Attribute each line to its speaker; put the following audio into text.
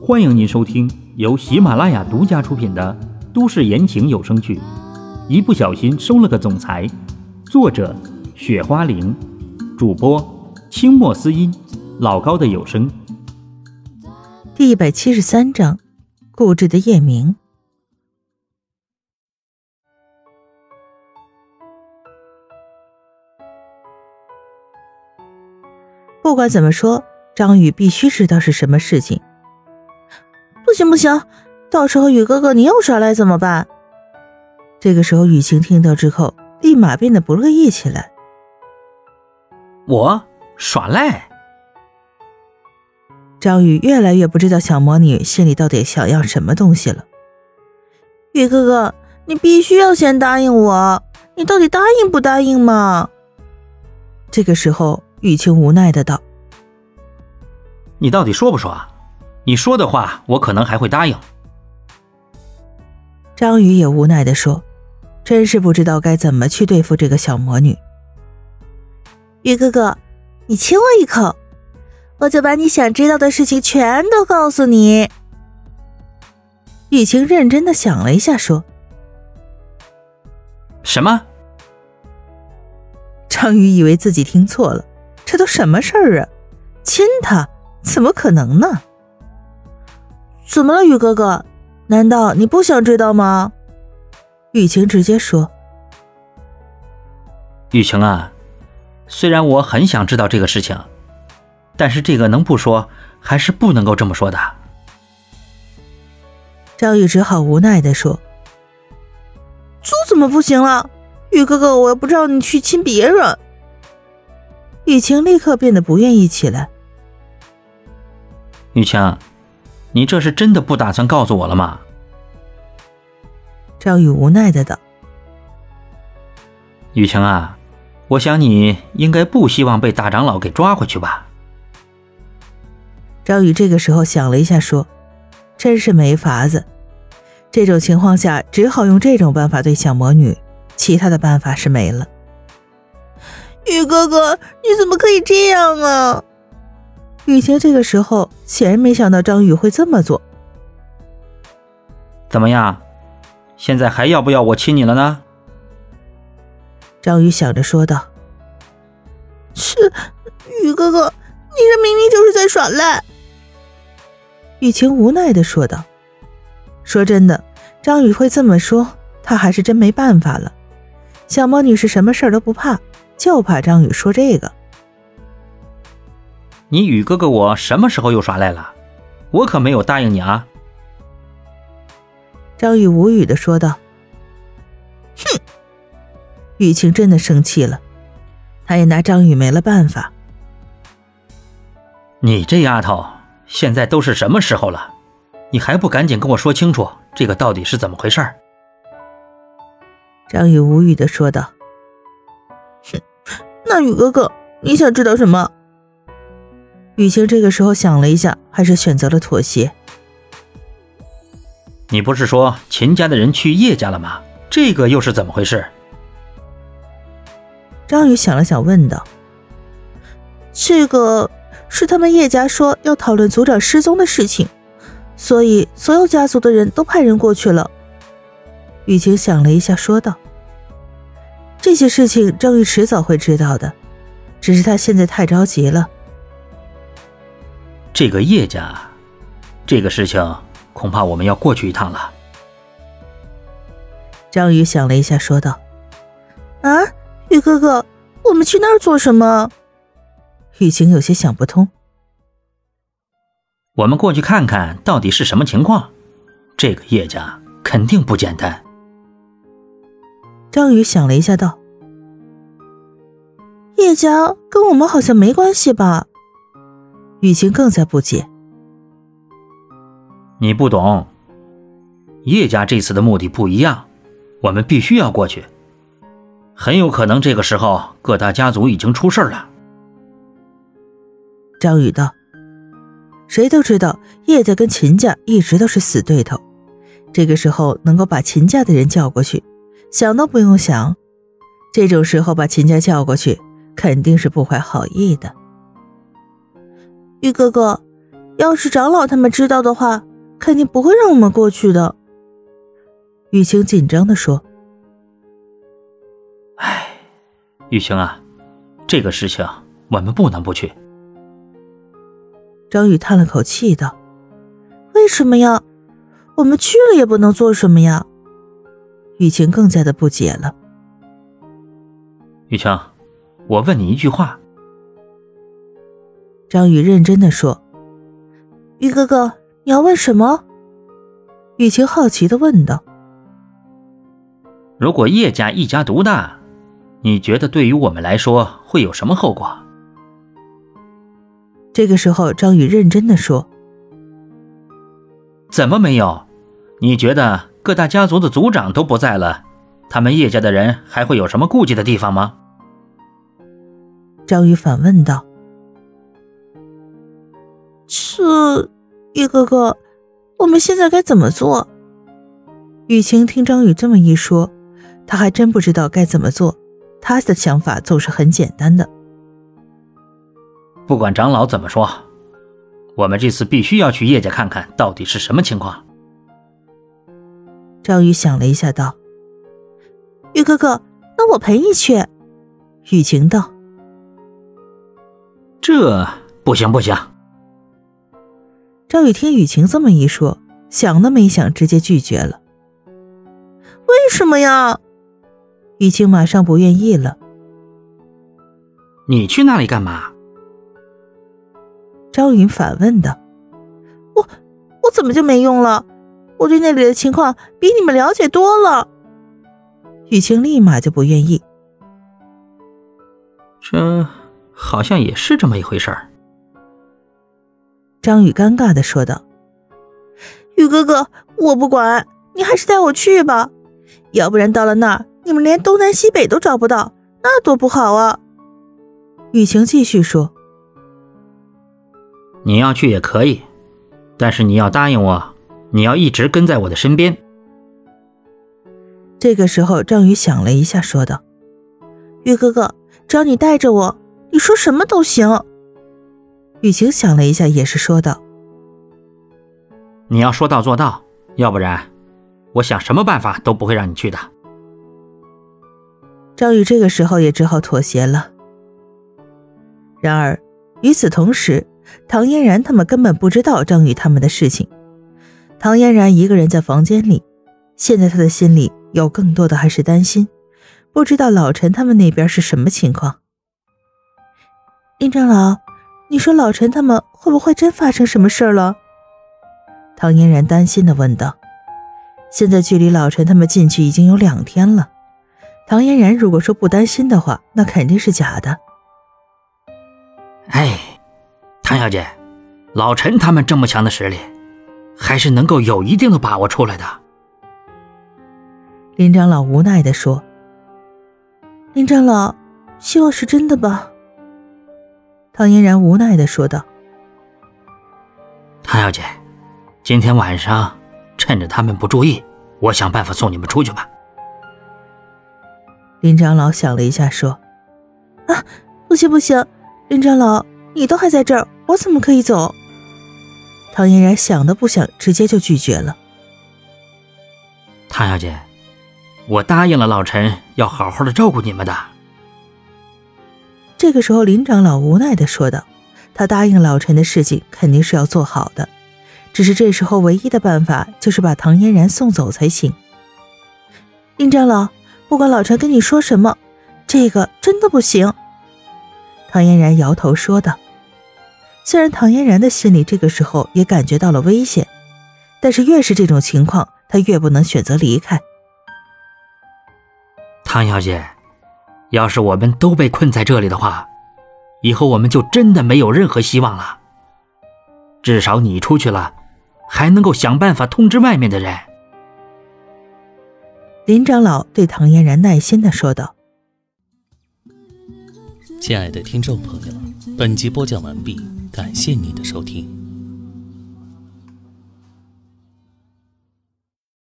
Speaker 1: 欢迎您收听由喜马拉雅独家出品的都市言情有声剧《一不小心收了个总裁》，作者：雪花玲，主播：清墨思音，老高的有声。
Speaker 2: 第一百七十三章，固执的夜明。不管怎么说，张宇必须知道是什么事情。
Speaker 3: 不行不行，到时候宇哥哥你又耍赖怎么办？
Speaker 2: 这个时候，雨晴听到之后，立马变得不乐意起来。
Speaker 4: 我耍赖？
Speaker 2: 张宇越来越不知道小魔女心里到底想要什么东西了。
Speaker 3: 宇哥哥，你必须要先答应我，你到底答应不答应嘛？
Speaker 2: 这个时候，雨晴无奈的道：“
Speaker 4: 你到底说不说？”你说的话，我可能还会答应。
Speaker 2: 张宇也无奈的说：“真是不知道该怎么去对付这个小魔女。”
Speaker 3: 玉哥哥，你亲我一口，我就把你想知道的事情全都告诉你。
Speaker 2: 雨晴认真的想了一下，说：“
Speaker 4: 什么？”
Speaker 2: 张宇以为自己听错了，这都什么事儿啊？亲她怎么可能呢？
Speaker 3: 怎么了，宇哥哥？难道你不想知道吗？
Speaker 2: 雨晴直接说：“
Speaker 4: 雨晴啊，虽然我很想知道这个事情，但是这个能不说还是不能够这么说的。”
Speaker 2: 张宇只好无奈的说：“
Speaker 3: 这怎么不行了？宇哥哥，我又不知道你去亲别人。”
Speaker 2: 雨晴立刻变得不愿意起来。
Speaker 4: 雨晴。啊你这是真的不打算告诉我了吗？
Speaker 2: 张宇无奈的道：“
Speaker 4: 雨晴啊，我想你应该不希望被大长老给抓回去吧。”
Speaker 2: 张宇这个时候想了一下，说：“真是没法子，这种情况下只好用这种办法对小魔女，其他的办法是没了。”
Speaker 3: 雨哥哥，你怎么可以这样啊？
Speaker 2: 雨晴这个时候显然没想到张宇会这么做。
Speaker 4: 怎么样，现在还要不要我亲你了呢？
Speaker 2: 张宇想着说道：“
Speaker 3: 是，宇哥哥，你这明明就是在耍赖。”
Speaker 2: 雨晴无奈的说道：“说真的，张宇会这么说，他还是真没办法了。小魔女是什么事儿都不怕，就怕张宇说这个。”
Speaker 4: 你宇哥哥，我什么时候又耍赖了？我可没有答应你啊！
Speaker 2: 张宇无语的说道：“
Speaker 3: 哼！”
Speaker 2: 雨晴真的生气了，她也拿张宇没了办法。
Speaker 4: 你这丫头，现在都是什么时候了？你还不赶紧跟我说清楚，这个到底是怎么回事？
Speaker 2: 张宇无语的说道：“
Speaker 3: 哼，那宇哥哥，你想知道什么？”
Speaker 2: 雨晴这个时候想了一下，还是选择了妥协。
Speaker 4: 你不是说秦家的人去叶家了吗？这个又是怎么回事？
Speaker 2: 张宇想了想，问道：“
Speaker 3: 这个是他们叶家说要讨论族长失踪的事情，所以所有家族的人都派人过去了。”
Speaker 2: 雨晴想了一下，说道：“这些事情张宇迟早会知道的，只是他现在太着急了。”
Speaker 4: 这个叶家，这个事情恐怕我们要过去一趟了。
Speaker 2: 张宇想了一下，说道：“
Speaker 3: 啊，宇哥哥，我们去那儿做什么？”
Speaker 2: 雨晴有些想不通。
Speaker 4: 我们过去看看到底是什么情况。这个叶家肯定不简单。
Speaker 2: 张宇想了一下，道：“
Speaker 3: 叶家跟我们好像没关系吧？”
Speaker 2: 雨晴更加不解，
Speaker 4: 你不懂，叶家这次的目的不一样，我们必须要过去。很有可能这个时候各大家族已经出事了。
Speaker 2: 张宇道：“谁都知道叶家跟秦家一直都是死对头，这个时候能够把秦家的人叫过去，想都不用想。这种时候把秦家叫过去，肯定是不怀好意的。”
Speaker 3: 玉哥哥，要是长老他们知道的话，肯定不会让我们过去的。”
Speaker 2: 玉清紧张的说：“
Speaker 4: 唉，玉清啊，这个事情我们不能不去。”
Speaker 2: 张宇叹了口气道：“
Speaker 3: 为什么呀？我们去了也不能做什么呀？”
Speaker 2: 玉清更加的不解了。
Speaker 4: 玉清，我问你一句话。
Speaker 2: 张宇认真的说：“
Speaker 3: 玉哥哥，你要问什么？”
Speaker 2: 玉清好奇的问道：“
Speaker 4: 如果叶家一家独大，你觉得对于我们来说会有什么后果？”
Speaker 2: 这个时候，张宇认真的说：“
Speaker 4: 怎么没有？你觉得？”各大家族的族长都不在了，他们叶家的人还会有什么顾忌的地方吗？
Speaker 2: 张宇反问道：“
Speaker 3: 这，玉哥哥，我们现在该怎么做？”
Speaker 2: 玉清听张宇这么一说，他还真不知道该怎么做。他的想法总是很简单的。
Speaker 4: 不管长老怎么说，我们这次必须要去叶家看看到底是什么情况。
Speaker 2: 张宇想了一下，道：“
Speaker 3: 玉哥哥，那我陪你去。”
Speaker 2: 雨晴道：“
Speaker 4: 这不行，不行。”
Speaker 2: 张宇听雨晴这么一说，想都没想，直接拒绝了。“
Speaker 3: 为什么呀？”
Speaker 2: 雨晴马上不愿意了。
Speaker 4: “你去那里干嘛？”
Speaker 2: 张宇反问道。
Speaker 3: “我，我怎么就没用了？”我对那里的情况比你们了解多了，
Speaker 2: 雨晴立马就不愿意。
Speaker 4: 这好像也是这么一回事儿。
Speaker 2: 张宇尴尬的说道：“
Speaker 3: 宇哥哥，我不管，你还是带我去吧，要不然到了那儿，你们连东南西北都找不到，那多不好啊！”
Speaker 2: 雨晴继续说：“
Speaker 4: 你要去也可以，但是你要答应我。”你要一直跟在我的身边。
Speaker 2: 这个时候，张宇想了一下，说道：“
Speaker 3: 玉哥哥，只要你带着我，你说什么都行。”
Speaker 2: 雨晴想了一下，也是说道：“
Speaker 4: 你要说到做到，要不然，我想什么办法都不会让你去的。”
Speaker 2: 张宇这个时候也只好妥协了。然而，与此同时，唐嫣然他们根本不知道张宇他们的事情。唐嫣然一个人在房间里，现在她的心里有更多的还是担心，不知道老陈他们那边是什么情况。
Speaker 3: 林长老，你说老陈他们会不会真发生什么事了？
Speaker 2: 唐嫣然担心的问道。现在距离老陈他们进去已经有两天了，唐嫣然如果说不担心的话，那肯定是假的。
Speaker 4: 哎，唐小姐，老陈他们这么强的实力。还是能够有一定的把握出来的。
Speaker 2: 林长老无奈的说：“
Speaker 3: 林长老，希望是真的吧？”
Speaker 2: 唐嫣然无奈的说道：“
Speaker 4: 唐小姐，今天晚上趁着他们不注意，我想办法送你们出去吧。”
Speaker 2: 林长老想了一下说：“
Speaker 3: 啊，不行不行，林长老，你都还在这儿，我怎么可以走？”
Speaker 2: 唐嫣然想都不想，直接就拒绝了。
Speaker 4: 唐小姐，我答应了老陈，要好好的照顾你们的。
Speaker 2: 这个时候，林长老无奈的说道：“他答应老陈的事情肯定是要做好的，只是这时候唯一的办法就是把唐嫣然送走才行。”
Speaker 3: 林长老，不管老陈跟你说什么，这个真的不行。”
Speaker 2: 唐嫣然摇头说道。虽然唐嫣然的心里这个时候也感觉到了危险，但是越是这种情况，她越不能选择离开。
Speaker 4: 唐小姐，要是我们都被困在这里的话，以后我们就真的没有任何希望了。至少你出去了，还能够想办法通知外面的人。
Speaker 2: 林长老对唐嫣然耐心的说道：“
Speaker 5: 亲爱的听众朋友，本集播讲完毕，感谢您的收听。